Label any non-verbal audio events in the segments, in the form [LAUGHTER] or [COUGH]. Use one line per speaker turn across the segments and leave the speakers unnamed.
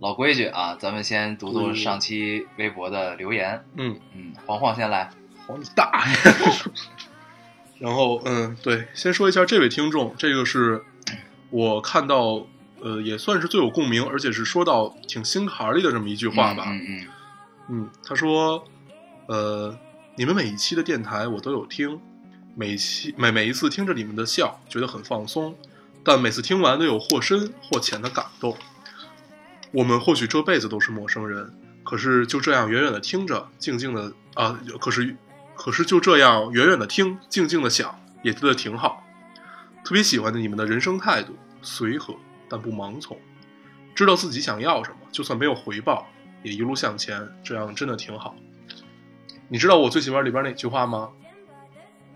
老规矩啊，咱们先读读
嗯
上期微博的留言。
嗯，
嗯，黄黄先来。
黄你大 [LAUGHS] 爷。然后，嗯，对，先说一下这位听众，这个是我看到，呃，也算是最有共鸣，而且是说到挺心坎儿里的这么一句话吧。
嗯嗯
嗯，他说，呃，你们每一期的电台我都有听，每一期每每一次听着你们的笑，觉得很放松，但每次听完都有或深或浅的感动。我们或许这辈子都是陌生人，可是就这样远远的听着，静静的啊，可是可是就这样远远的听，静静的想，也觉得挺好。特别喜欢的你们的人生态度，随和但不盲从，知道自己想要什么，就算没有回报，也一路向前，这样真的挺好。你知道我最喜欢里边哪句话吗？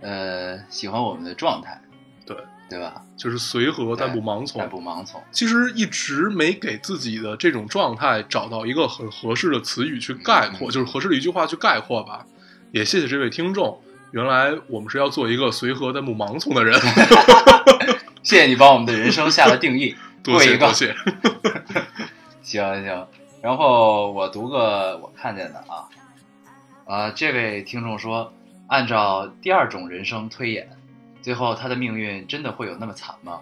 嗯，呃，喜欢我们的状态，
对哦
对吧？
就是随和但不盲
但
从。
不盲从。
其实一直没给自己的这种状态找到一个很合适的词语去概括，
嗯
就是合适的一句话去概括吧。也谢谢这位听众，原来我们是要做一个随和但不盲从的人。
[LAUGHS] 谢谢你帮我们的人生下了定义。
多
做
谢
一个
多谢，
行行，然后我读个我看见的啊，呃，这位听众说，按照第二种人生推演，最后他的命运真的会有那么惨吗？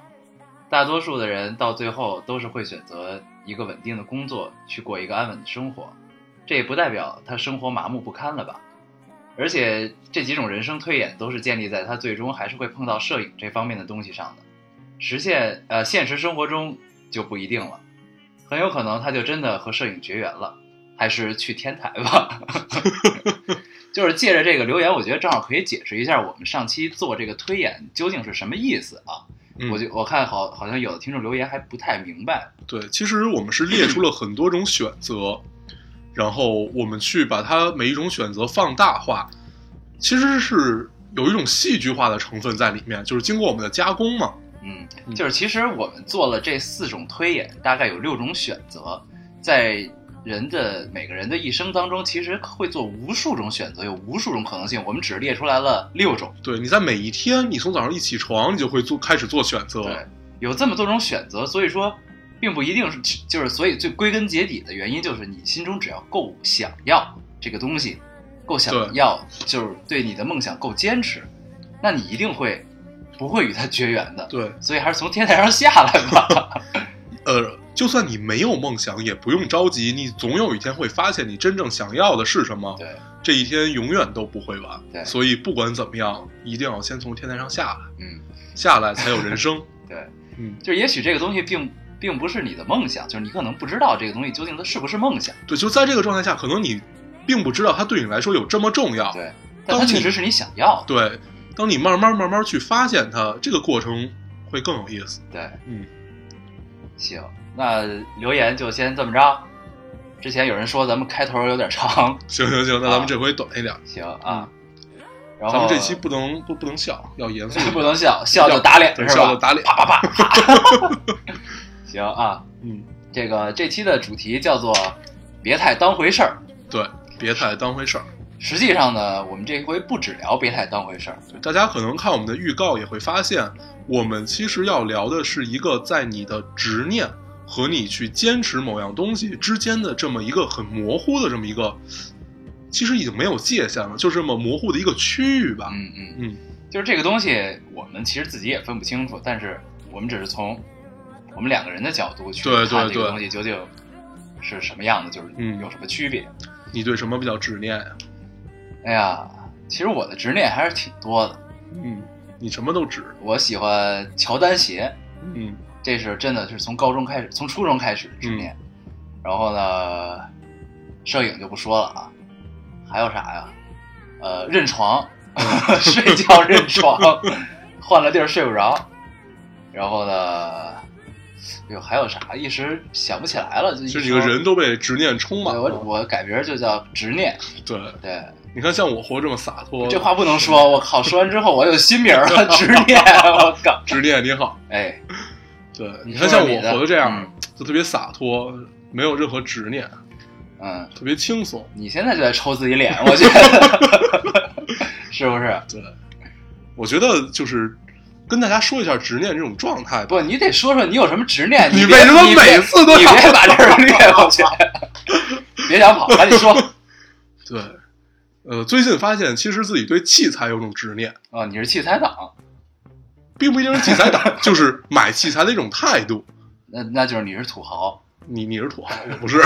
大多数的人到最后都是会选择一个稳定的工作，去过一个安稳的生活，这也不代表他生活麻木不堪了吧？而且这几种人生推演都是建立在他最终还是会碰到摄影这方面的东西上的，实现呃现实生活中就不一定了。很有可能他就真的和摄影绝缘了，还是去天台
[LAUGHS]
吧。就是借着这个留言，我觉得正好可以解释一下我们上期做这个推演究竟是什么意思啊？
嗯
我就我看好好像有的听众留言还不太明白，
对，其实我们是列出了很多种选择，然后我们去把它每一种选择放大化，其实是有一种戏剧化的成分在里面，就是经过我们的加工嘛。
嗯，
嗯
就是其实我们做了这四种推演，大概有六种选择，在人的每个人的一生当中，其实会做无数种选择，有无数种可能性，我们只列出来了六种。
对，你在每一天，你从早上一起床，你就会做开始做选择。
对，有这么多种选择，所以说，并不一定是就是，所以最归根结底的原因就是你心中只要够想要这个东西，够想
对
要，就是对你的梦想够坚持，那你一定会不会与它绝缘的。
对，
[LAUGHS] 所以还是从天台上下来吧。
呃，就算你没有梦想，也不用着急，你总有一天会发现你真正想要的是什么。
[LAUGHS] 对，
这一天永远都不会完。
对
所以不管怎么样，一定要先从天台上下来，
嗯，
下来才有人生。 [LAUGHS]
对，
嗯，
就是也许这个东西并并不是你的梦想，就是你可能不知道这个东西究竟它是不是梦想，
对，就在这个状态下，可能你并不知道它对你来说有这么重要。
对，但它
当你
确实是你想要的。
对当你慢慢慢慢去发现它，这个过程会更有意思。
对，
嗯，
行，那留言就先这么着。之前有人说咱们开头有点长，
行行行，
啊
那咱们这回短一点，
行啊。然
嗯咱
后
们这期不能不不能笑，要严肃一点，
[LAUGHS] 不能笑，笑就打脸
对
是
笑就
吧？
打脸。
啪啪啪！行啊，
嗯，
这个这期的主题叫做“别太当回事儿
对，别太当回事儿。”。
实际上呢，我们这回不只聊别太当回事儿，
对大家可能看我们的预告也会发现，我们其实要聊的是一个在你的执念和你去坚持某样东西之间的这么一个很模糊的这么一个，其实已经没有界限了，就这么模糊的一个区域吧。
嗯嗯
嗯，
就是这个东西，我们其实自己也分不清楚，但是我们只是从我们两个人的角度去
对对
看这个
对
东西究竟是什么样的，就是
嗯
有什么区别。
你对什么比较执念啊呀、
哎呀，其实我的执念还是挺多的，
嗯，你什么都执。
我喜欢乔丹鞋，
嗯，
这是真的是从高中开始，从初中开始的执念。然后呢，摄影就不说了啊，还有啥呀？呃，认床， [LAUGHS] 睡觉认床，换了地儿睡不着。然后呢，哎呦，还有啥？一时想不起来了，就一
嗯就
说
你个人都被执念充满
对我
了。
我改名儿就叫执念。
对，
对，
你看像我活这么洒脱，
这话不能说。我靠，说完之后我有新名儿了，执念。我靠，
执念你好。
哎，
对，
你
你
说
看像
说你
我
的
活的这样，就特别洒脱，没有任何执念，
嗯，
特别轻松。
你现在就在抽自己脸，我觉得是不是？
对，我觉得就是跟大家说一下执念这种状态吧。
不，你得说说你有什么执念？
你
别
为什么
你别
每次都
你
想
别把这
[LAUGHS]
儿略过去？别想跑，赶紧说。
对，呃，最近发现其实自己对器材有种执念，
哦，你是器材党，
并不一定是器材
[LAUGHS]
党，就是买器材的一种态度。
那那就是你是土豪。
你你是土豪，我不是。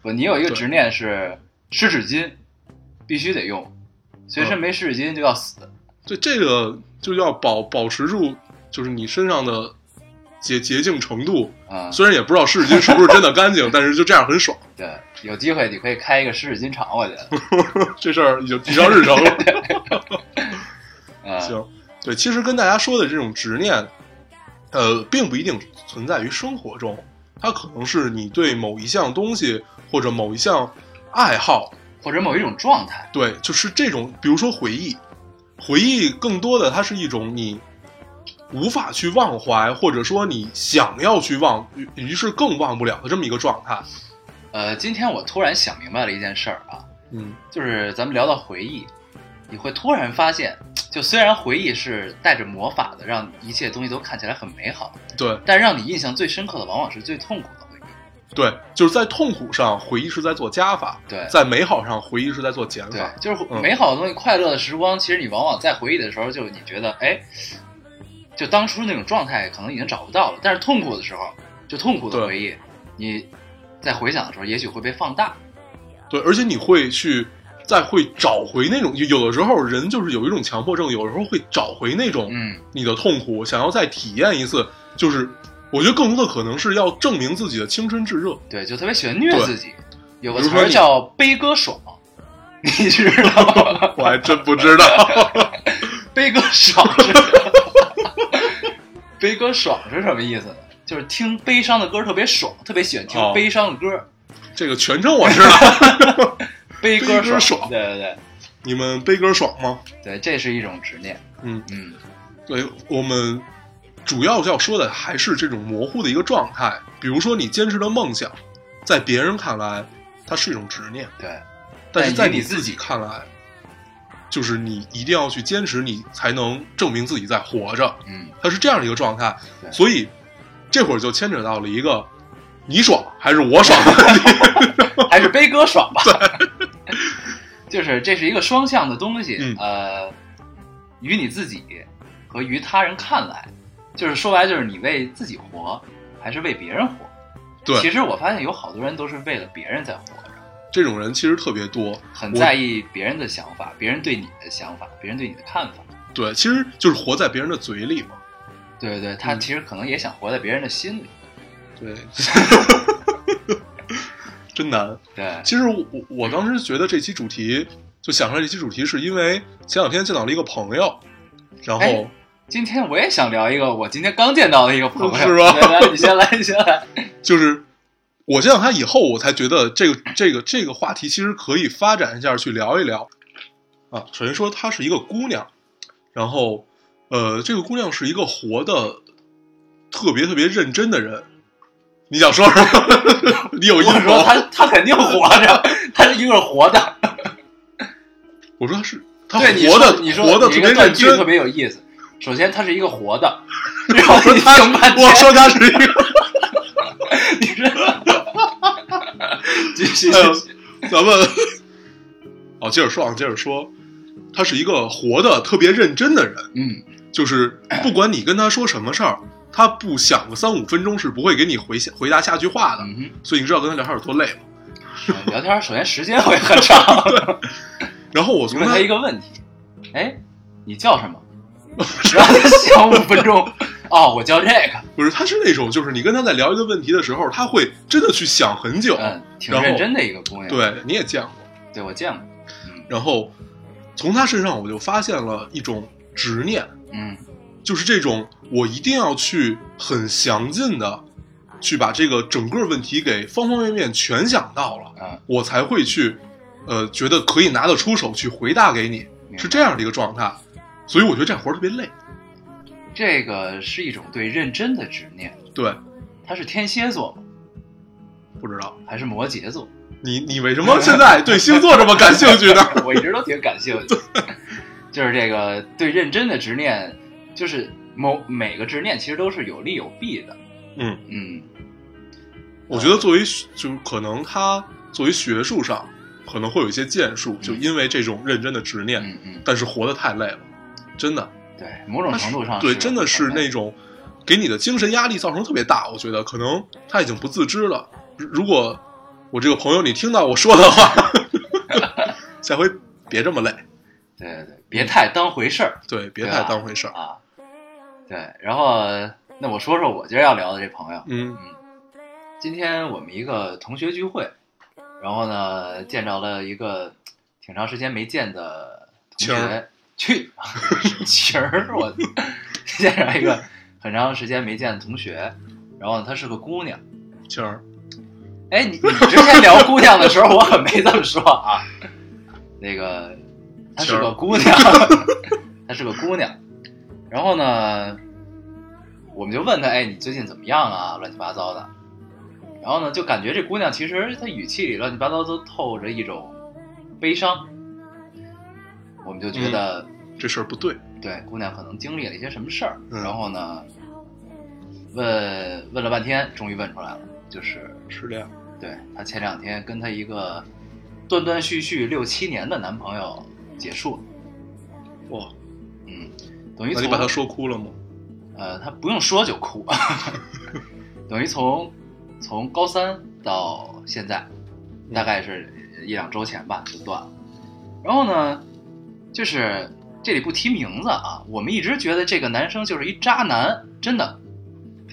不，你有一个
对
执念是湿纸巾必须得用，随身
嗯
没湿纸巾就要死。
对，这个就要保保持住，就是你身上的洁洁净程度。
啊、
虽然也不知道湿纸巾是不是真的干净， [LAUGHS] 但是就这样很爽。
对，有机会你可以开一个湿纸巾厂，我
[LAUGHS]
觉得。
这事儿已经提上日程了。
嗯，
行，对，其实跟大家说的这种执念，呃，并不一定存在于生活中，它可能是你对某一项东西或者某一项爱好，
或者某一种状态，
对，就是这种，比如说回忆，回忆更多的它是一种你无法去忘怀，或者说你想要去忘，于于是更忘不了的这么一个状态。
呃，今天我突然想明白了一件事儿啊，
嗯，
就是咱们聊到回忆，你会突然发现，就虽然回忆是带着魔法的，让一切东西都看起来很美好，
对
但让你印象最深刻的往往是最痛苦的回忆。
对，就是在痛苦上，回忆是在做加法；
对
在美好上，回忆是在做减
对
法，。
就是
嗯
美好的东西、快乐的时光，其实你往往在回忆的时候，就你觉得，哎，就当初那种状态可能已经找不到了。但是痛苦的时候，就痛苦的
对
回忆，你在回想的时候，也许会被放大。
对，而且你会去再会找回那种，有有的时候人就是有一种强迫症，有的时候会找回那种
嗯，
你的痛苦，想要再体验一次。就是我觉得更多的可能是要证明自己的青春炙热。
对，就特别喜欢虐
对
自己。有个
比如
词
说
儿
你嗯
叫“悲歌爽”， [LAUGHS] 你知道吗？
[LAUGHS] 我还真不知道， [LAUGHS]
悲歌爽是，悲歌爽是什么意思呢？就是听悲伤的歌特别爽，特别喜欢听
哦
悲伤的歌，
这个全称我知道。 [LAUGHS]
悲歌
悲歌爽
对对对
你们悲歌爽吗？
对，这是一种执念。
嗯，
嗯，
对，我们主要要说的还是这种模糊的一个状态。比如说，你坚持的梦想，在别人看来，它是一种执念。
对，
但是
但
在
以你
你
自
自
己
己看来，就是你一定要去坚持，你才能证明自己在活着。
嗯，
它是这样的一个状态，
对
所以这会儿就牵扯到了一个你爽还是我爽的问题。
[LAUGHS] 还是悲歌爽
[LAUGHS]
吧。就是这是一个双向的东西，
嗯
呃，于你自己和于他人看来，就是说白了就是你为自己活，还是为别人活。其
对，
实我发现有好多人都是为了别人在活着，
这种人其实特别多，
很
我
在意别人的想法，别人对你的想法，别人对你的看法。
对，其实就是活在别人的嘴里嘛。
对对对，他
嗯
其实可能也想活在别人的心里。 [LAUGHS]
对，真难。
对，
其实我我我当时觉得这期主题，就想出来这期主题，是因为前两天见到了一个朋友，然后、
哎今天我也想聊一个我今天刚见到的一个朋友，
是吧
对来，你先来，你先
[LAUGHS]
来。
就是我见到他以后，我才觉得这个这个这个话题其实可以发展一下去聊一聊啊。首先说她是一个姑娘，然后呃，这个姑娘是一个活的特别特别认真的人。你想说什么？ [LAUGHS] 你有
我
阴谋？
说他他肯定活着，他是一个活的。
我说她是她
对，你
活
说
的
你说
活的特
你这
别
个断
认
句
真
特。别有意思。首先，他是一个活的，然
我
后
说
你
她是，
听半天，
我说她是一个，
你这，
[LAUGHS]
继续
哎呦
继续。
咱们哦，接着说啊，接着说，她是一个活的特别认真的人。
嗯，
就是不管你跟他说什么事儿，他不想个三五分钟是不会给你回下回答下句话的。
嗯
所以你知道跟他聊天有多累吗？
哼，聊天儿首先时间会
[LAUGHS]
很长。
然后我
你
从
问
他
他一个问题，哎，你叫什么？然后他想五分钟，哦，我叫这个，
不是，他是那种就是你跟他在聊一个问题的时候，他会真的去想很久。
嗯，挺
然后
认真的一个姑娘，对，
对，你也见过。
我见过，嗯
然后从他身上我就发现了一种执念，
嗯，
就是这种我一定要去很详尽的去把这个整个问题给方方面面全想到了，
嗯，
我才会去，呃，觉得可以拿得出手去回答给你，
明白
是这样的一个状态。所以我觉得这活儿特别累。
这个是一种对认真的执念。
对，
他是天蝎座吗
不知道
还是摩羯座？
你你为什么现在对星座这么感兴趣呢？ [LAUGHS]
[LAUGHS] 我一直都挺感兴趣，就是这个对认真的执念，就是某每个执念其实都是有利有弊的。
嗯
嗯，
我觉得作为学就是可能他作为学术上可能会有一些建树，就因为这种认真的执念，
嗯嗯，
但是活得太累了，真的，
对，某种程度上
对，
有
真的是
可能
那种给你的精神压力造成特别大。我觉得可能他已经不自知了。如如果我这个朋友你听到我说的话， [LAUGHS] 下回别这么累，
对对对，别太当回事儿
对，别
对
太
吧
当回事儿。
啊。对，然后那我说说我今儿要聊的这朋友，
嗯
今天我们一个同学聚会，然后呢见着了一个挺长时间没见的同
晴儿
学，去晴儿，我 [LAUGHS] 见着一个很长时间没见的同学，然后她是个姑娘。
晴儿，
哎，你你之前聊姑娘的时候，我可没这么说啊。那个，她是个姑娘，她是个姑娘。然后呢，我们就问她，哎，你最近怎么样啊？乱七八糟的。然后呢，就感觉这姑娘其实她语气里乱七八糟都透着一种悲伤。我们就觉得，
这事儿不对，
对，姑娘可能经历了一些什么事儿。
嗯
然后呢，问问了半天，终于问出来了，就是
是这样。
对她前两天跟她一个断断续续六七年的男朋友结束了，
哇，
嗯，等于
那
从
你把他说哭了吗？
呃，她不用说就哭， [LAUGHS] 等于从从高三到现在，大概是一两周前吧就断了。然后呢，就是这里不提名字啊，我们一直觉得这个男生就是一渣男，真的。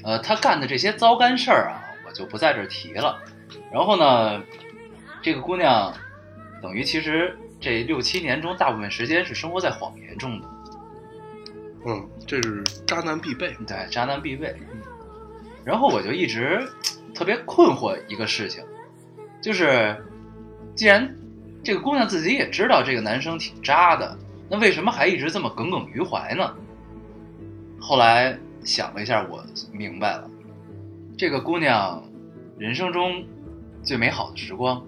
呃，他干的这些糟干事儿啊，我就不在这儿提了。然后呢，这个姑娘等于其实这六七年中，大部分时间是生活在谎言中的。
嗯，这是渣男必备。
对，渣男必备。然后我就一直特别困惑一个事情，就是既然这个姑娘自己也知道这个男生挺渣的，那为什么还一直这么耿耿于怀呢？后来想了一下，我明白了，这个姑娘人生中最美好的时光，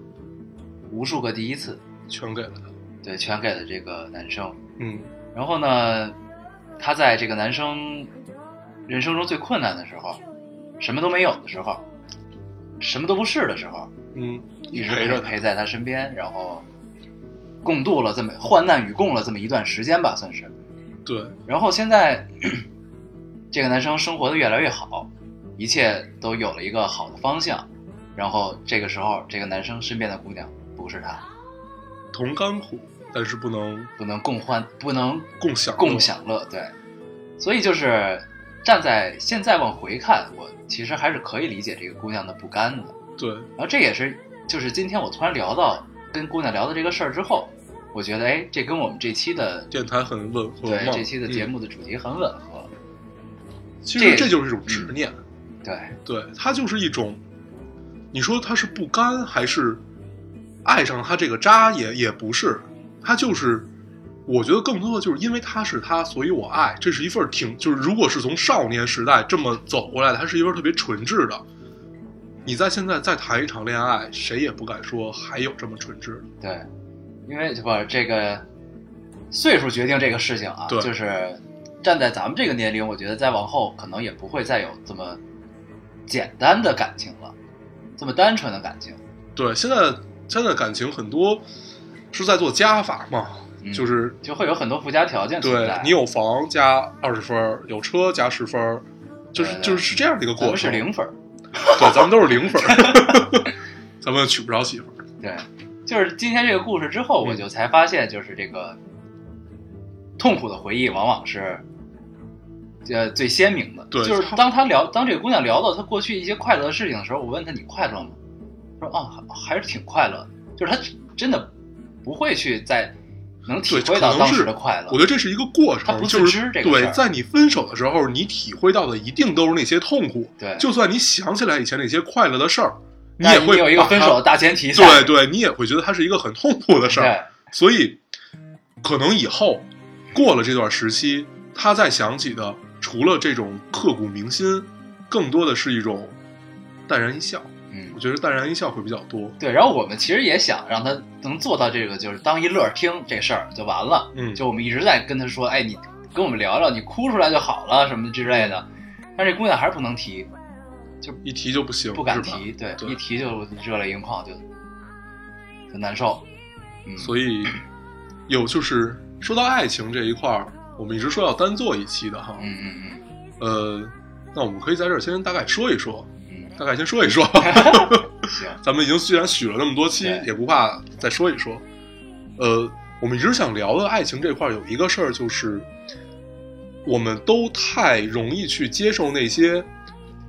无数个第一次，
全给了他。
对，全给了这个男生。
嗯
然后呢，她在这个男生人生中最困难的时候，什么都没有的时候，什么都不是的时候，
嗯，
一直
陪着他。
陪在他身边，然后共度了这么患难与共了这么一段时间吧，算是。
对，
然后现在 [CLEARS THROAT] 这个男生生活的越来越好，一切都有了一个好的方向。然后这个时候，这个男生身边的姑娘不是他，
同甘苦，但是不能
不能共欢，不能
共享。
共。享乐，对。所以就是站在现在往回看，我其实还是可以理解这个姑娘的不甘的。
对，
然后这也是，就是今天我突然聊到跟姑娘聊的这个事儿之后，我觉得哎，这跟我们这期的
电台很吻合
对
嘛。
这期的节
嗯，
目的主题很吻合。
其
这
实
也
这
是
就是一种执念。
对，
对，它就是一种，你说它是不甘还是爱上他这个渣也也不是，它就是，我觉得更多的就是因为他是他，所以我爱，这是一份挺就是如果是从少年时代这么走过来的，它是一份特别纯挚的。你在现在再谈一场恋爱，谁也不敢说还有这么纯挚的。
对，因为不是这个岁数决定这个事情啊，
对
就是站在咱们这个年龄，我觉得再往后可能也不会再有这么简单的感情了，这么单纯的感情，
对，现在现在感情很多是在做加法嘛，
嗯
就是
就会有很多附加条件存
对
在。
你有房加二十分儿，有车加十分儿，就是
对对
就是是这样的一个
我
过
们是
程。
零分儿，
对，咱们都是零分儿， [LAUGHS] 咱们娶不着媳妇儿。
对，就是今天这个故事之后，
嗯
我就才发现，就是这个痛苦的回忆往往是。呃，最鲜明的，
对
就是
她
当她聊，当这个姑娘聊到她过去一些快乐的事情的时候，我问她你快乐吗？她说啊，还还是挺快乐的。就是她真的不会去在能体
对
会
可
到
能
当
是
时的快乐
我觉。得这是一个过
它
程，
不自
就
知
是
这个事
对
儿，
在你分手的时候，你体会到的一定都是那些痛苦。
对，
就算你想起来以前那些快乐的事儿，你
但
也会
有一个
把
分
它
手的大前提在。
对对，你也会觉得它是一个很痛苦的事儿。
对，
所以，可能以后过了这段时期，他再想起的，除了这种刻骨铭心，更多的是一种淡然一笑。
嗯
我，觉得淡然一笑会比较多。
对。然后我们其实也想让他能做到这个，就是当一乐儿听这事儿就完了。
嗯，
就我们一直在跟他说，哎，你跟我们聊聊，你哭出来就好了，什么之类的。但这姑娘还是不能提，
一提就不行，
不敢
是吧
提，对，
对
一提就热泪盈眶，就很难受。嗯，
所以有就是说到爱情这一块儿，我们一直说要单做一期的哈。
嗯嗯
呃，那我们可以在这儿先大概说一说，
嗯
大概先说一说。
嗯，行，
[LAUGHS] 咱们已经虽然许了那么多期
对，
也不怕再说一说。呃，我们一直想聊的爱情这块儿有一个事儿，就是我们都太容易去接受那些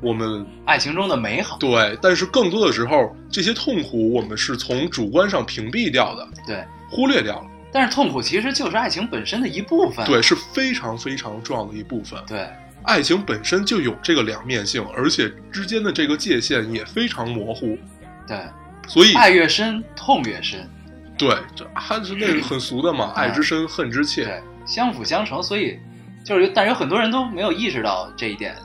我们
爱情中的美好，
对，但是更多的时候，这些痛苦我们是从主观上屏蔽掉的，
对。
忽略掉了。
但是痛苦其实就是爱情本身的一部分。
对，是非常非常重要的一部分。
对
爱情本身就有这个两面性，而且之间的这个界限也非常模糊，
对，
所以
爱越深，痛越深。
对，这还是那个很俗的
嗯
嘛，爱之深，恨之切。
对，相辅相成，所以就是有，但是有很多人都没有意识到这一点，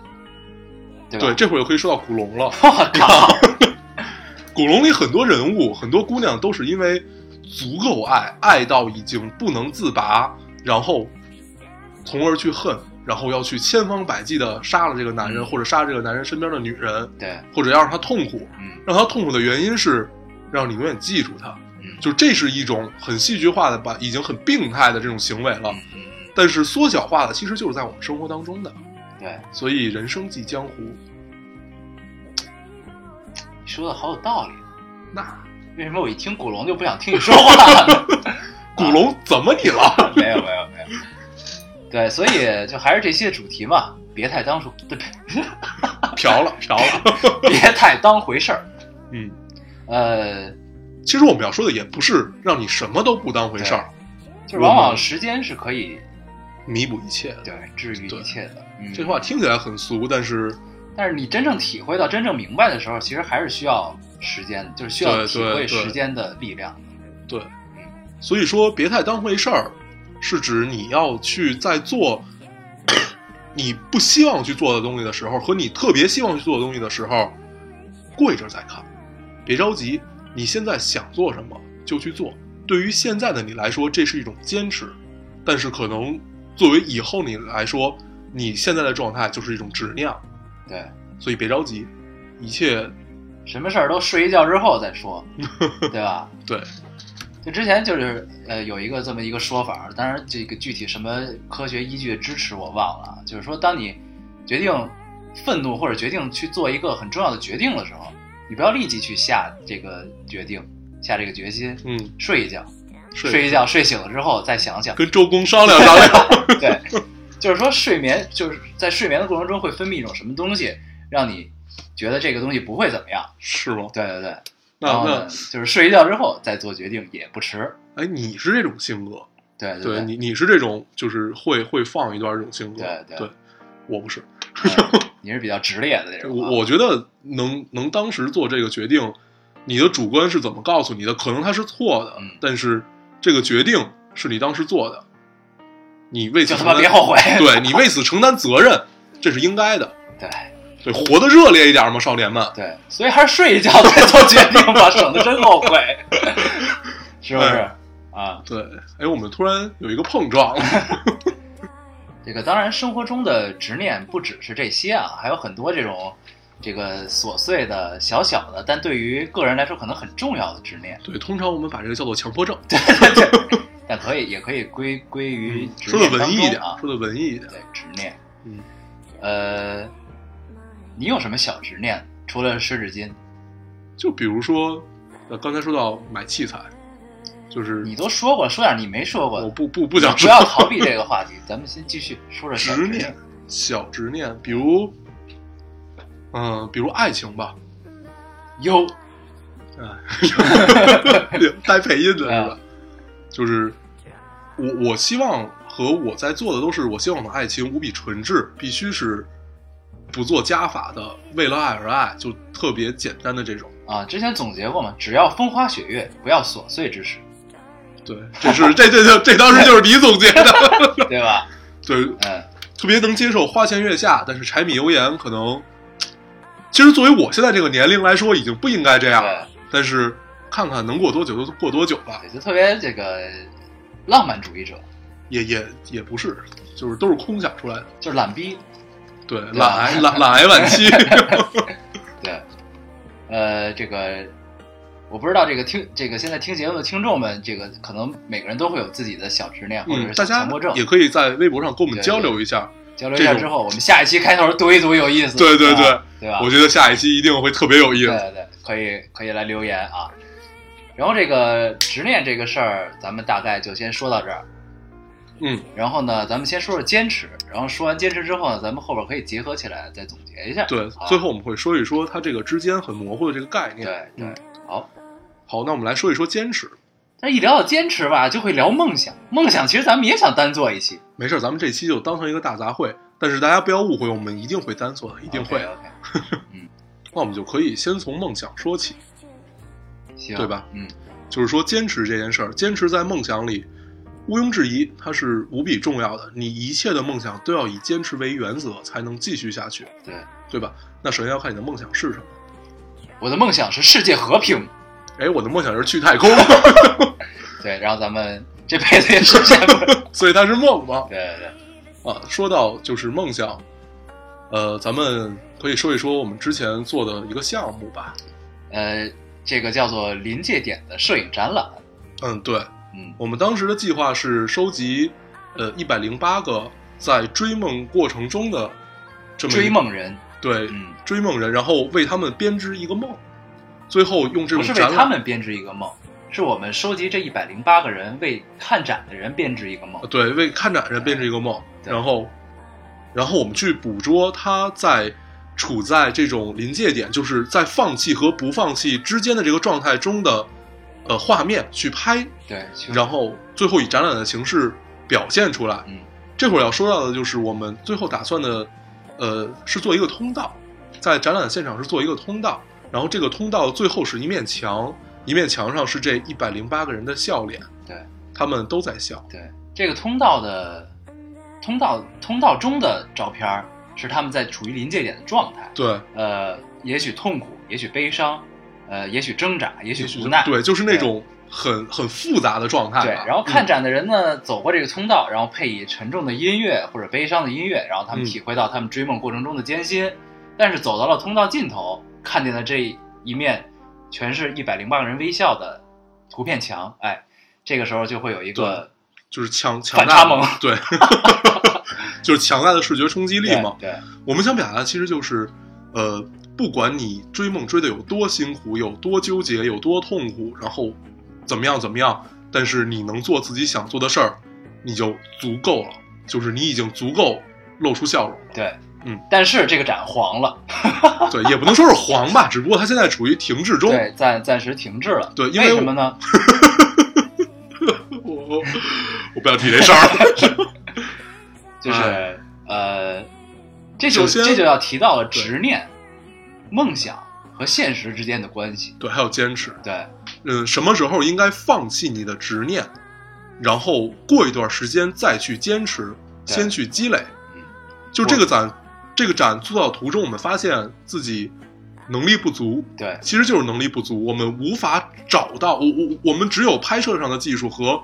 对吧？
对，这会儿又可以说到古龙了。
[LAUGHS] 我靠，
古龙里很多人物，很多姑娘都是因为足够爱，爱到已经不能自拔，然后从而去恨，然后要去千方百计的杀了这个男人，
嗯
或者杀这个男人身边的女人，
对，
或者要让他痛苦。
嗯
让他痛苦的原因是让你永远记住他，
嗯，
就这是一种很戏剧化的把已经很病态的这种行为了
嗯，嗯
但是缩小化的其实就是在我们生活当中的。
嗯对，
所以人生即江湖，
你说的好有道理。
那
为什么我一听古龙就不想听你说话了？
古龙怎么你了？
[LAUGHS]
[LAUGHS]
没有没有没有，对，所以就还是这些主题嘛，别太当回，对 [LAUGHS]
嫖了嫖了。
别太当回事儿。
[LAUGHS] 嗯，
呃，
其实我们要说的也不是让你什么都不当回事儿，
就是往往时间是可以
弥补一切的。
对治愈一切的。嗯
这话听起来很俗，但是
但是你真正体会到、真正明白的时候，其实还是需要时间，就是需要
对
体
对对
会时间的力量。
对，所以说别太当回事儿，是指你要去在做你不希望去做的东西的时候，和你特别希望去做的东西的时候，过一阵儿再看，别着急，你现在想做什么就去做。对于现在的你来说，这是一种坚持，但是可能作为以后你来说，你现在的状态就是一种执念，
对，
所以别着急，一切
什么事儿都睡一觉之后再说，对吧？
对，
就之前就是呃有一个这么一个说法，当然这个具体什么科学依据支持我忘了啊，就是说当你决定愤怒或者决定去做一个很重要的决定的时候，你不要立即去下这个决定，下这个决心，
嗯，
睡一觉，
睡
睡一觉，睡醒了之后再想想，
[LAUGHS] 跟周公商量商量，
对，就是说睡眠就是在睡眠的过程中会分泌一种什么东西，让你觉得这个东西不会怎么样。
是吗？
对对对，
那
然后
那
呢，就是睡一觉之后再做决定也不迟。
哎，你是这种性格，
对对
对
对，
你，你是这种就是会会放一段这种性格，
对对
我不是， [LAUGHS]
嗯你是比较直烈的那种啊。
我我觉得能能当时做这个决定，你的主观是怎么告诉你的？可能它是错的，
嗯
但是这个决定是你当时做的，你为此
就他
承
妈
担
别后悔
对你为此承担责任，这是应该的。
对
对，活得热烈一点嘛，少年们。
对，所以还是睡一觉再做决定吧，省得真后悔， [LAUGHS] 是不是？啊，
对，哎，我们突然有一个碰撞，
这个当然，生活中的执念不只是这些啊，还有很多这种这个琐碎的、小小的，但对于个人来说可能很重要的执念。
[LAUGHS] 对，通常我们把这个叫做强迫症。
但可以也可以归归于
嗯
执
说的
念
文
当
艺一
中
点
啊，，
说的文艺一点，
对执念，
嗯，
呃，你有什么小执念？除了湿纸巾，
就比如说，呃，刚才说到买器材，就是
你都说过，说点你没说过
我
的，
不不不想
不
说
要逃避这个话题，咱们先继续说说小
执
念
念，，小执念，比如，嗯、比如爱情 [LAUGHS] 吧，
有
啊哎，带配音的是吧？就是我我希望和我在做的都是，我希望我的爱情无比纯质，必须是不做加法的，为了爱而爱，就特别简单的这种。
啊，之前总结过嘛，只要风花雪月，不要琐碎
[LAUGHS]
之事，
对，这是这这这这当时就是你总结的， [LAUGHS]
对吧？
对，
嗯，
特别能接受花前月下，但是柴米油盐可能，其实作为我现在这个年龄来说，已经不应该这样了。但是看看能过多久就过多久吧，
对，就特别这个浪漫主义者，
也也也不是，就是都是空想出来的。
就是懒逼，
对，
对
懒癌懒 [LAUGHS] 懒癌晚
[LAUGHS]
期，
对，呃，这个我不知道这个听这个现在听节目的听众们，这个可能每个人都会有自己的小执念或者
嗯，
是
大
小
家
强迫症，
也可以在微博上跟我们
对
交流一下。
交流一下
这种
之后，我们下一期开头读一读有意思，
对对
啊
对，
对吧？
我觉得下一期一定会特别有意
对
思。
对对，可以可以来留言啊。然后这个执念这个事儿，咱们大概就先说到这儿。
嗯，
然后呢，咱们先说说坚持，然后说完坚持之后呢，咱们后边可以结合起来再总结一下。
对
啊，
最后我们会说一说它这个之间很模糊的这个概念。
对对
嗯，
好。
好，那我们来说一说坚持。
但一聊到坚持吧，就会聊梦想。梦想其实咱们也想单做一期，
没事儿，咱们这期就当成一个大杂烩。但是大家不要误会，我们一定会单做的，一
一
定会。
OK，,
那我们就可以先从梦想说起，
行，
对吧？
嗯，
就是说坚持这件事儿，坚持在梦想里，毋庸置疑，它是无比重要的。你一切的梦想都要以坚持为原则，才能继续下去，
对。
对吧？那首先要看你的梦想是什么。
我的梦想是世界和平，
哎，我的梦想是去太空， [LAUGHS]
对，然后咱们这辈子也实现不
[LAUGHS]
了。
所以它是梦嘛。
对对对，
啊，说到就是梦想，呃，咱们可以说一说我们之前做的一个项目吧。
呃，这个叫做临界点的摄影展览，
嗯，对，
嗯，
我们当时的计划是收集，呃，一百零八个在追梦过程中的这么一
追梦人，
对、
嗯，
追梦人，然后为他们编织一个梦，最后用这
不
种
是为
展
他
览，
们编织一个梦，是我们收集这一百零八个人为看展的人编织一个梦
呃。对，为看展人编织一个梦，
对
然后，然后我们去捕捉他在处在这种临界点，就是在放弃和不放弃之间的这个状态中的呃画面去拍，
对，去
然后最后以展览的形式表现出来。
嗯，
这会儿要说到的就是我们最后打算的，呃，是做一个通道，在展览现场是做一个通道，然后这个通道最后是一面墙，一面墙上是这一百零八个人的笑脸，
对，
他们都在笑，
对，这个通道的通道通道中的照片儿是他们在处于临界点的状态，
对，
呃，也许痛苦，也许悲伤，呃，也许挣扎，也
也
许
许
无奈，
对，就是那种很很复杂的状态吧，
对。然后看
嗯
展的人呢，走过这个通道，然后配以沉重的音乐或者悲伤的音乐，然后他们
嗯
体会到他们追梦过程中的艰辛，但是走到了通道尽头，看见了这一面全是一百零八个人微笑的图片墙，哎，这个时候就会有一个
就是强强
反差
大
萌
的，
[LAUGHS]
对，就是强大的视觉冲击力嘛，
对。对
我们想表达的其实就是，呃，不管你追梦追的有多辛苦、有多纠结、有多痛苦，然后怎么样怎么样，但是你能做自己想做的事儿，你就足够了，就是你已经足够露出笑容了。
对，
嗯，
但是这个展黄了， [LAUGHS]
对，也不能说是黄吧，只不过它现在处于停滞中。
对，暂暂时停滞了。
对因为
为什么呢？
我我 [LAUGHS] 我不想提这事儿。
就是、呃，这就
哎首先
这就要提到了执念、梦想和现实之间的关系。
[LAUGHS] 对，还有坚持。
对
嗯，什么时候应该放弃你的执念，然后过一段时间再去坚持，
对
先去积累
嗯。
就这个展，这个展做到途中，我们发现自己能力不足，
对
其实就是能力不足，我们无法找到，我我我们只有拍摄上的技术和。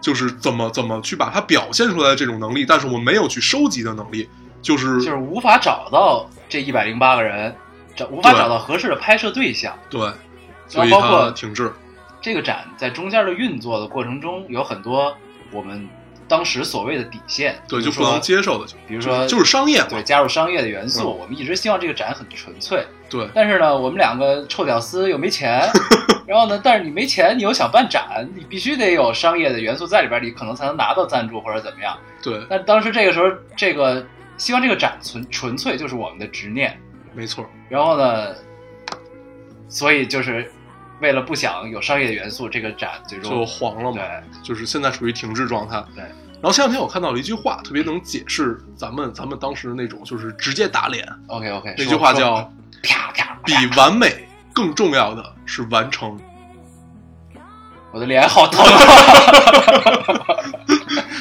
就是怎么怎么去把它表现出来的这种能力，但是我们没有去收集的能力，就是
就是无法找到这一百零八个人，找无法
对
找到合适的拍摄对象。
对，所以
包
它
括
停滞。
这个展在中间的运作的过程中，有很多我们当时所谓的底线，
对，
比如
就不能
说
接受的，就
比如说
就是商业嘛
对，加入商业的元素。
嗯
我们一直希望这个展很纯粹，
对，
但是呢，我们两个臭屌丝又没
[LAUGHS]
钱，然后呢，但是你没钱，你又想办展，你必须得有商业的元素在里边，你可能才能拿到赞助或者怎么样。
对，
但当时这个时候，这个希望这个展纯纯粹就是我们的执念，
没错。
然后呢，所以就是为了不想有商业元素，这个展最终
就黄了嘛，
对
就是现在处于停滞状态。
对，
然后前两天我看到了一句话，特别能解释咱们咱们当时那种就是直接打脸。
OK OK，
那句话叫
啪啪
“比完美更重要的是完成
我的脸好疼。”。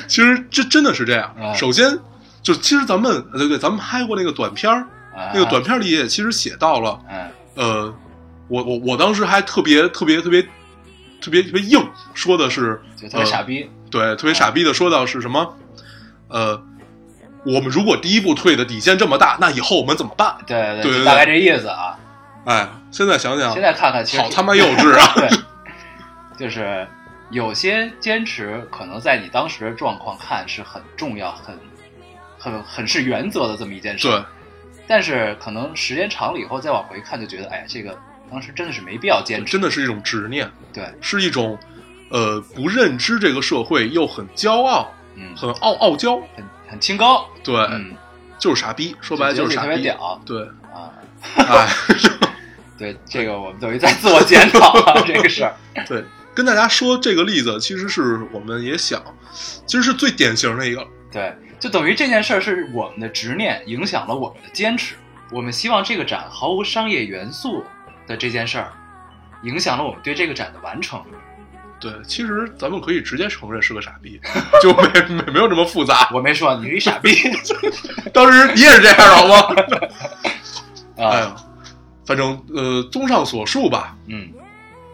其实这真的是这样。
嗯
首先，就其实咱们呃对对，咱们拍过那个短片儿，
啊
[LAUGHS]
哎
那个短片里也其实写到了，
嗯
呃，我我我当时还特别特别特别特别特别硬，说的是
就特别
呃
傻逼，
对，特别傻逼的说到是什么？呃，我们如果第一步退的底线这么大，那以后我们怎么办？
对
对对
就
对
大概这意思啊。
哎，现在想想
现，在看看，其实
好他妈幼稚
[LAUGHS]
啊！
对，就是有些坚持，可能在你当时的状况看是很重要、很、很、很是原则的这么一件事。
对，
但是可能时间长了以后再往回看，就觉得，哎呀，这个当时真的是没必要坚持。
真的是一种执念，
对，
是一种呃不认知这个社会又很骄傲、
嗯，
很傲傲娇，
很很清高，
对，
嗯，
就是傻逼，说白了
就
就是傻
觉得自己特别
逼。
屌
对，
啊。
哎，
对，这个我们等于在自我检
[LAUGHS]
讨了这个事儿。
对，跟大家说这个例子，其实是我们也想，其实是最典型的一个，
对，就等于这件事儿是我们的执念影响了我们的坚持。我们希望这个展毫无商业元素的这件事儿，影响了我们对这个展的完成。
对，其实咱们可以直接承认是个傻逼， [LAUGHS] 就没没没有这么复杂。
我没说你是一傻
[LAUGHS]
逼
当时你也是这样的，好吗？哎
[LAUGHS] 啊，
呀，反正呃，综上所述吧，
嗯，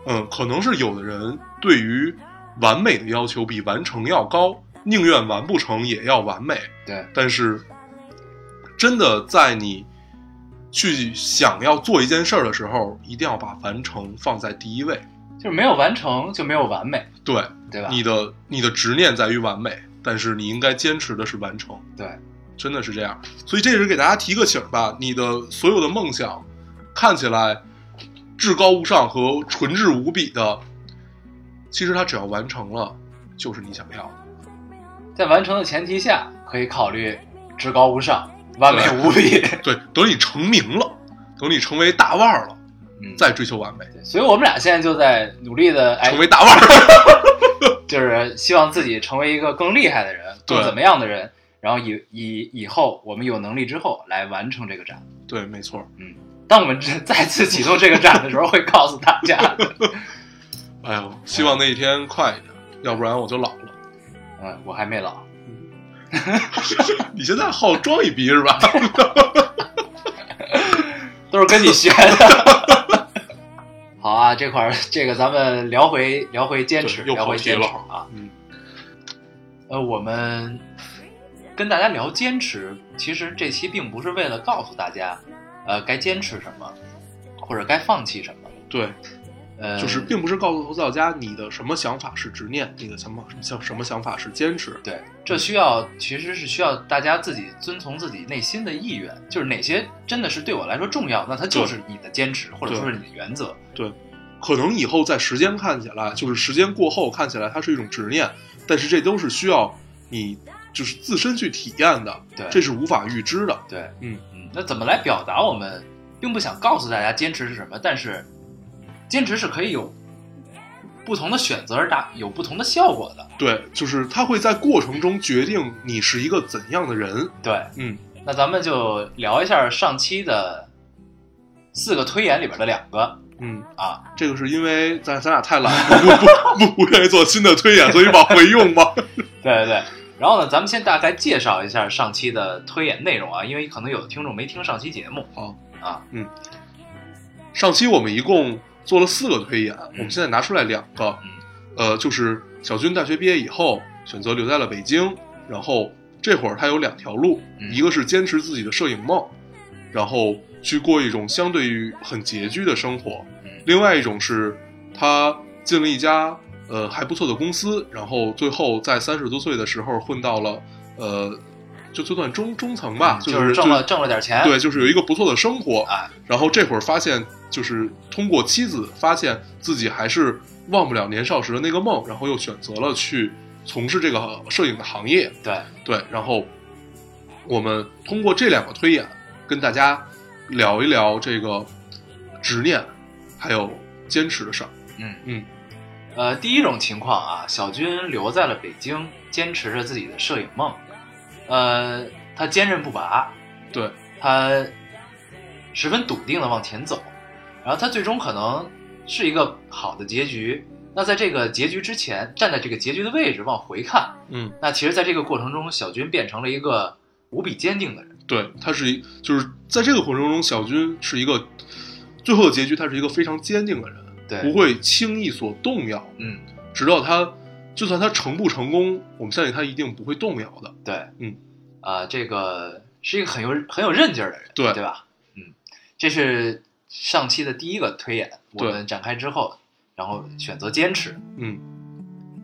嗯，可能是有的人对于完美的要求比完成要高，宁愿完不成也要完美。
对，
但是，真的在你去想要做一件事儿的时候，一定要把完成放在第一位。
就是没有完成就没有完美，
对，
对啊吧？
你的你的执念在于完美，但是你应该坚持的是完成。
对，
真的是这样。所以这是给大家提个醒儿吧，你的所有的梦想看起来至高无上和纯质无比的，其实它只要完成了，就是你想要的。
在完成的前提下，可以考虑至高无上、完美
[LAUGHS]
无比。
对，等你成名了，等你成为大腕儿了，
嗯，
再追求完美，
对所以我们俩现在就在努力的，哎
成，为大腕儿。
就是希望自己成为一个更厉害的人，
对
更怎么样的人，然后以以以后我们有能力之后来完成这个展。
对，没错。
当我们这 [LAUGHS] 再次启动这个展的时候，会告诉大家，
哎呦，希望那一天快一点，要不然我就老了。 [LAUGHS]
嗯，我还没老，
你现在好装一逼是吧？ [LAUGHS]
都是跟你学的。 [LAUGHS] 好啊，这块儿这个咱们聊回聊回坚持，
对又
聊回
跑题
坚
了
持啊。
嗯，
呃，我们跟大家聊坚持，其实这期并不是为了告诉大家，呃，该坚持什么，或者该放弃什么，
对，
呃，
就是并不是告诉投资大家你的什么想法是执念，你的想法什什么想法是坚持。
对，这需要其实是需要大家自己遵从自己内心的意愿，就是哪些真的是对我来说重要，那它就是你的坚持，或者说是你的原则。
可能以后在时间看起来，就是时间过后看起来它是一种执念，但是这都是需要你就是自身去体验的，
对
这是无法预知的。
对，
嗯
嗯，那怎么来表达？我们并不想告诉大家坚持是什么，但是坚持是可以有不同的选择而达有不同的效果的。
对，就是它会在过程中决定你是一个怎样的人。
对，
嗯，
那咱们就聊一下上期的四个推演里边的两个
嗯，
啊，
这个是因为咱咱俩太懒，不不不不愿意做新的推演，所以往回用吧。
对对对。然后呢，咱们先大概介绍一下上期的推演内容啊，因为可能有的听众没听上期节目。
好
啊，
上期我们一共做了四个推演，我
嗯
们现在拿出来两个
嗯，
呃，就是小军大学毕业以后选择留在了北京，然后这会儿他有两条路，
嗯
一个是坚持自己的摄影梦，然后去过一种相对于很拮据的生活；
嗯
另外一种是他进了一家呃还不错的公司，然后最后在三十多岁的时候混到了呃，就就算中中层吧，
嗯就是挣了
就
挣了点钱，
对，就是有一个不错的生活，
啊，
然后这会儿发现，就是通过妻子发现自己还是忘不了年少时的那个梦，然后又选择了去从事这个摄影的行业。
对，
对，然后我们通过这两个推演，跟大家聊一聊这个执念，还有坚持的上。
嗯
嗯，
呃，第一种情况啊，小军留在了北京，坚持着自己的摄影梦，呃，他坚韧不拔，
对，
他十分笃定的往前走，然后他最终可能是一个好的结局。那在这个结局之前，站在这个结局的位置往回看，
嗯，
那其实在这个过程中，小军变成了一个无比坚定的人。
对，他是一，就是在这个过程中，小军是一个最后的结局，他是一个非常坚定的人，不
对，
会轻易所动摇，
嗯，
直到他就算他成不成功，我们相信他一定不会动摇的。
对，
嗯，
啊、这个是一个很有很有韧劲儿的人，
对
对吧？嗯，这是上期的第一个推演，我
对
们展开之后，然后选择坚持，
嗯，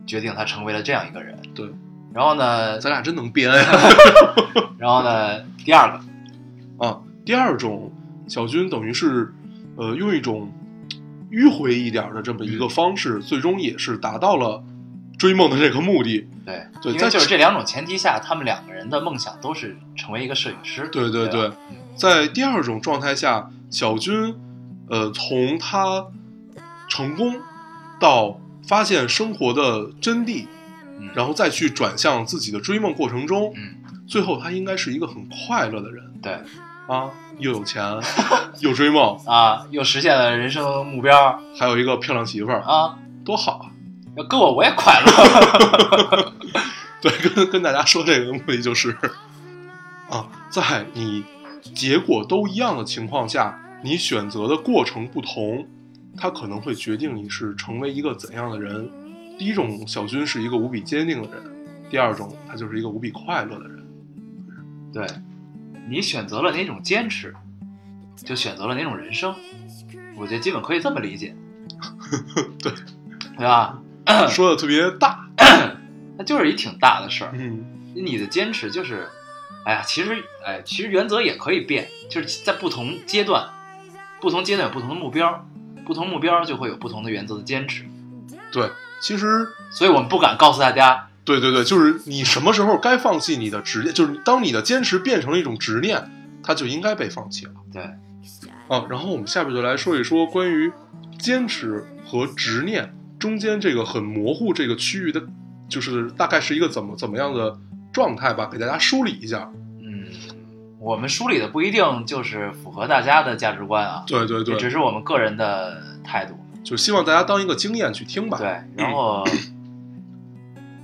决定他成为了这样一个人。
对，
然后呢，
咱俩真能编啊呀、
然后呢，第二个，
[LAUGHS] 啊，第二种小军等于是，呃，用一种迂回一点儿的这么一个方式，最终也是达到了追梦的这个目的。
对，
对
因
在
为就是这两种前提下，他们两个人的梦想都是成为一个摄影师。
对对
对
对，在第二种状态下，小军，呃，从他成功到发现生活的真谛，
嗯，
然后再去转向自己的追梦过程中，
嗯，
最后他应该是一个很快乐的人
对
啊，又有钱， [LAUGHS] 又追梦，
啊，又实现了人生目标
还有一个漂亮媳妇儿，
啊，
多好啊！ [LAUGHS]
要搁我我也快乐。 [LAUGHS]
对，跟跟大家说这个的目的就是，啊，在你结果都一样的情况下，你选择的过程不同，它可能会决定你是成为一个怎样的人。第一种，小军是一个无比坚定的人；第二种，他就是一个无比快乐的人。
对，你选择了哪种坚持，就选择了哪种人生。我觉得基本可以这么理解。
[LAUGHS] 对，
对吧？
说的特别大，
那就是一挺大的事儿。
嗯，
你的坚持就是，哎呀，其实，哎，其实原则也可以变，就是在不同阶段，不同阶段有不同的目标，不同目标就会有不同的原则的坚持。
对，其实。
所以我们不敢告诉大家，
对对对，就是你什么时候该放弃你的执念，就是当你的坚持变成了一种执念，它就应该被放弃了。
对，
啊，然后我们下边就来说一说关于坚持和执念中间这个很模糊这个区域的，就是大概是一个怎么怎么样的状态吧，给大家梳理一下。
嗯，我们梳理的不一定就是符合大家的价值观啊，
对对
这只
对，
是我们个人的态度。
就希望大家当一个经验去听吧。
对，
[CLEARS THROAT]
然后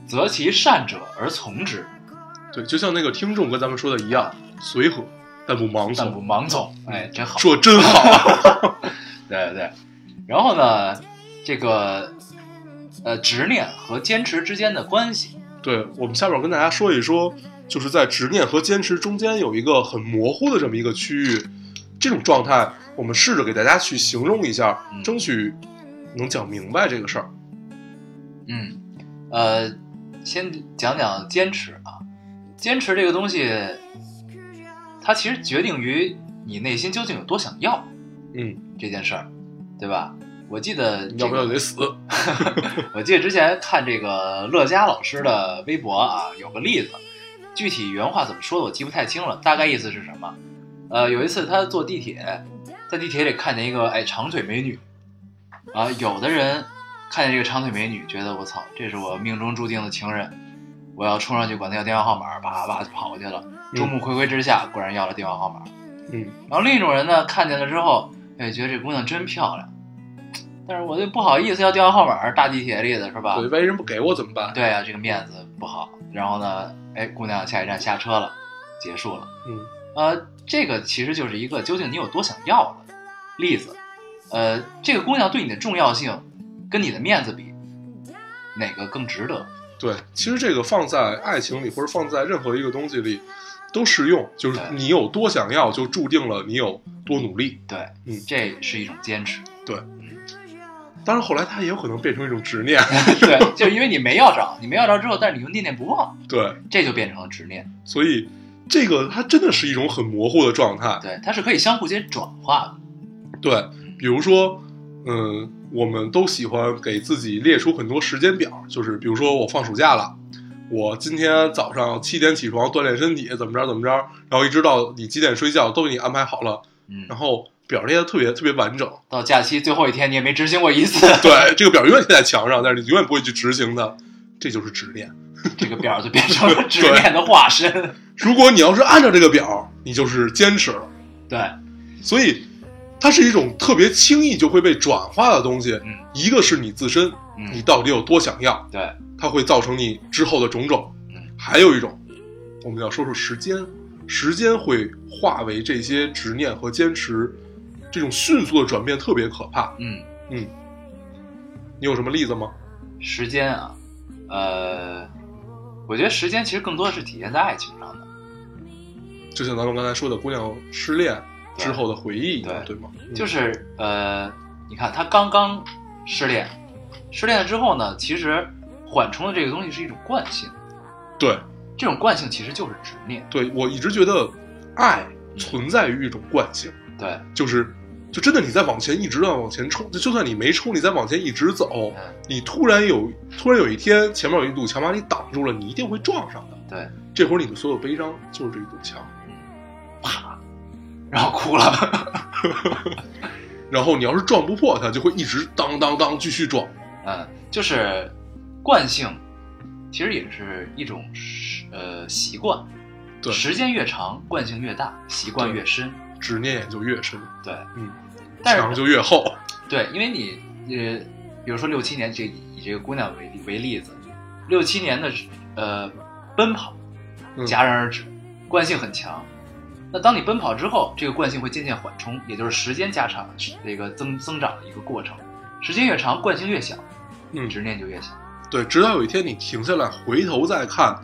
择其善者而从之，
对就像那个听众跟咱们说的一样，随和但不盲
但不
从，
盲从。
嗯
哎，真好。
说真好啊。
对对对，然后呢，这个呃执念和坚持之间的关系，
对我们下边跟大家说一说，就是在执念和坚持中间有一个很模糊的这么一个区域，这种状态，我们试着给大家去形容一下，
嗯
争取能讲明白这个事儿。
嗯，呃，先讲讲坚持啊，坚持这个东西，它其实决定于你内心究竟有多想要
嗯，
这件事儿，对吧？我记得、这个，
要不要得死？
[LAUGHS] 我记得之前看这个乐嘉老师的微博啊，有个例子，具体原话怎么说的我记不太清了，大概意思是什么？呃，有一次他坐地铁，在地铁里看见一个哎长腿美女，啊，有的人看见这个长腿美女，觉得我操，这是我命中注定的情人，我要冲上去管她要电话号码，叭叭就跑过去了，众目睽睽之下，果然要了电话号码。
嗯，
然后另一种人呢，看见了之后，哎，觉得这姑娘真漂亮，但是我就不好意思要电话号码，大地铁里的是吧？
对，万一人不给我怎么办？
啊对啊，这个面子不好。然后呢，哎，姑娘下一站下车了，结束了。
嗯，
呃，这个其实就是一个究竟你有多想要的例子。呃，这个姑娘对你的重要性跟你的面子比，哪个更值得？
对，其实这个放在爱情里或者放在任何一个东西里都适用，就是
对
你有多想要，就注定了你有多努力。
对，
嗯
这是一种坚持。
当然，后来它也有可能变成一种执念。 [LAUGHS]
对，就是因为你没要着，你没要着之后，但是你又念念不忘，
对，
这就变成了执念。
所以这个它真的是一种很模糊的状态。
对，它是可以相互间转化的。
对，比如说，嗯，我们都喜欢给自己列出很多时间表，就是比如说我放暑假了，我今天早上七点起床锻炼身体，怎么着怎么着，然后一直到你几点睡觉都给你安排好了。
嗯
然后，表列的特别特别完整。
到假期最后一天你也没执行过一次， [LAUGHS]
对，这个表永远贴在墙上，但是你永远不会去执行它，这就是执念。
这个表就变成了执念的化身。
如果你要是按照这个表，你就是坚持了。
对，
所以，它是一种特别轻易就会被转化的东西。
嗯
一个是你自身，你
嗯，
到底有多想要，
对，
它会造成你之后的种种
嗯。
还有一种，我们要说说时间，时间会化为这些执念和坚持，这种迅速的转变特别可怕。
嗯，
你有什么例子吗？
时间啊，呃，我觉得时间其实更多的是体现在爱情上的。
就像咱们刚才说的，姑娘失恋
对
之后的回忆一样，对
对
吗？嗯
就是是呃，你看他刚刚失恋，失恋了之后呢，其实缓冲的这个东西是一种惯性，
对
这种惯性其实就是执念。
对，我一直觉得爱存在于一种惯性。
对，
就是就真的你在往前一直在往前冲，就就算你没冲，你在往前一直走，
嗯，
你突然有突然有一天前面有一堵墙把你挡住了，你一定会撞上的。
对，
这会儿你的所有悲伤就是这一堵墙，
然后哭了。
然后你要是撞不破它，就会一直当当当继续撞。
嗯，就是惯性，其实也是一种是呃习惯。
对
时间越长，惯性越大，习惯
对
越深。
执念也就越深，
对，
嗯，
但
墙
是
就越厚。
对，因为你呃，比如说六七年这以这个姑娘为例为例子，六七年的呃奔跑
嗯
戛然而止，惯性很强。那当你奔跑之后，这个惯性会渐渐缓冲，也就是时间加长，这个增增长的一个过程。时间越长，惯性越小，
嗯，
执念就越小。
对，直到有一天你停下来回头再看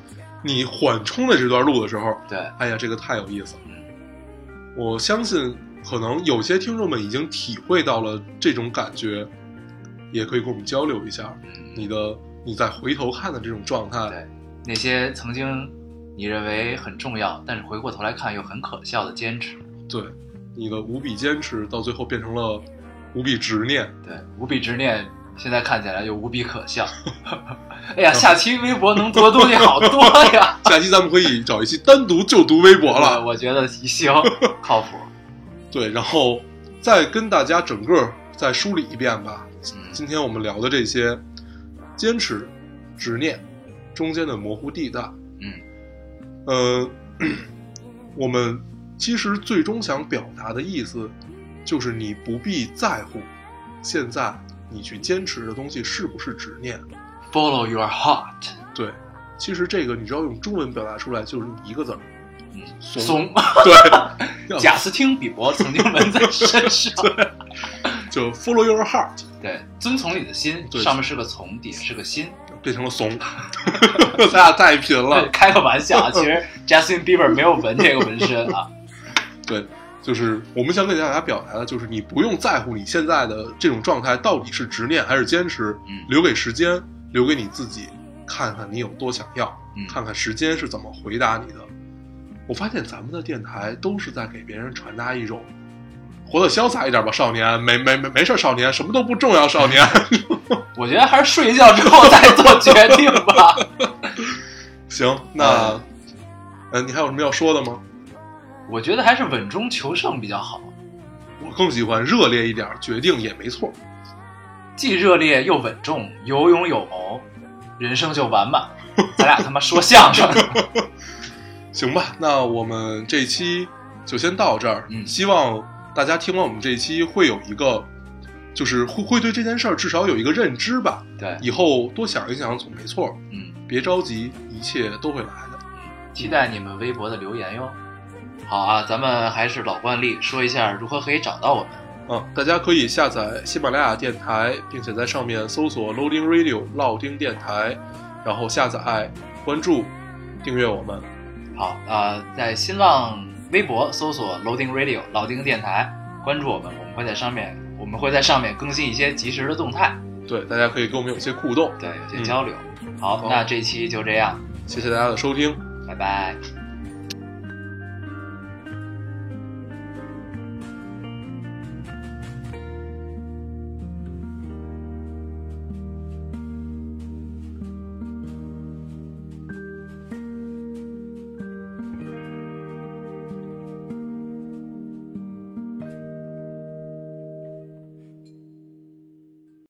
你缓冲的这段路的时候，
对，
哎呀，这个太有意思了！我相信，可能有些听众们已经体会到了这种感觉，也可以跟我们交流一下
嗯
你的你在回头看的这种状态。
对那些曾经你认为很重要，但是回过头来看又很可笑的坚持，
对，你的无比坚持到最后变成了无比执念。
对，无比执念，现在看起来又无比可笑。 [LAUGHS] 哎呀，下期微博能读的东西好多
[LAUGHS]
呀！
下期咱们可以找一期单独就读微博
我
了。
我觉得行，靠谱。
对，然后再跟大家整个再梳理一遍吧。
嗯
今天我们聊的这些坚持、执念中间的模糊地带，
嗯，
呃，我们其实最终想表达的意思，就是你不必在乎现在你去坚持的东西是不是执念。
，Follow
[LAUGHS]
your heart，
对，其实这个你只要用中文表达出来，就是一个字儿，
嗯，
怂
怂。 [LAUGHS]
对，
贾斯汀·比伯曾经纹在身
[LAUGHS]
上，
就 follow your heart
[LAUGHS] 对，遵从你的心，
对
上面是个从，底下是个心。
变成了
[LAUGHS]
怂，咱俩太贫了。
开个
[LAUGHS]
玩笑啊，其实 Justin Bieber 没有纹这个纹身啊。
对，就是我们想给大家表达的，就是你不用在乎你现在的这种状态到底是执念还是坚持，
嗯
留给时间，留给你自己，看看你有多想要，
嗯
看看时间是怎么回答你的。我发现咱们的电台都是在给别人传达一种活得潇洒一点吧，少年，没没没没事儿，少年，什么都不重要，少
[LAUGHS]
年。
我觉得还是睡觉之后再做决定吧。
行，那，
哎
嗯、你还有什么要说的吗？
我觉得还是稳中求胜比较好，
我更喜欢热烈一点，决定也没错。
既热烈又稳重，有勇有谋，人生就完满。咱俩他妈说相声，
行吧，那我们这一期就先到这儿。
嗯
希望大家听完我们这一期会有一个，就是会会对这件事儿至少有一个认知吧。
对，
以后多想一想总没错，
嗯，
别着急，一切都会来的。
期待你们微博的留言哟。好啊，咱们还是老惯例，说一下如何可以找到我们。
嗯，大家可以下载喜马拉雅电台，并且在上面搜索 Loading Radio 老丁电台，然后下载、关注、订阅我们。
好啊、呃在新浪微博搜索 Loading Radio 老丁电台，关注我们，我们会在上面，我们会在上面更新一些及时的动态，
对，大家可以跟我们有一些互动。
对，有些交流。好
好，
那这期就这样，
谢谢大家的收听。
拜拜。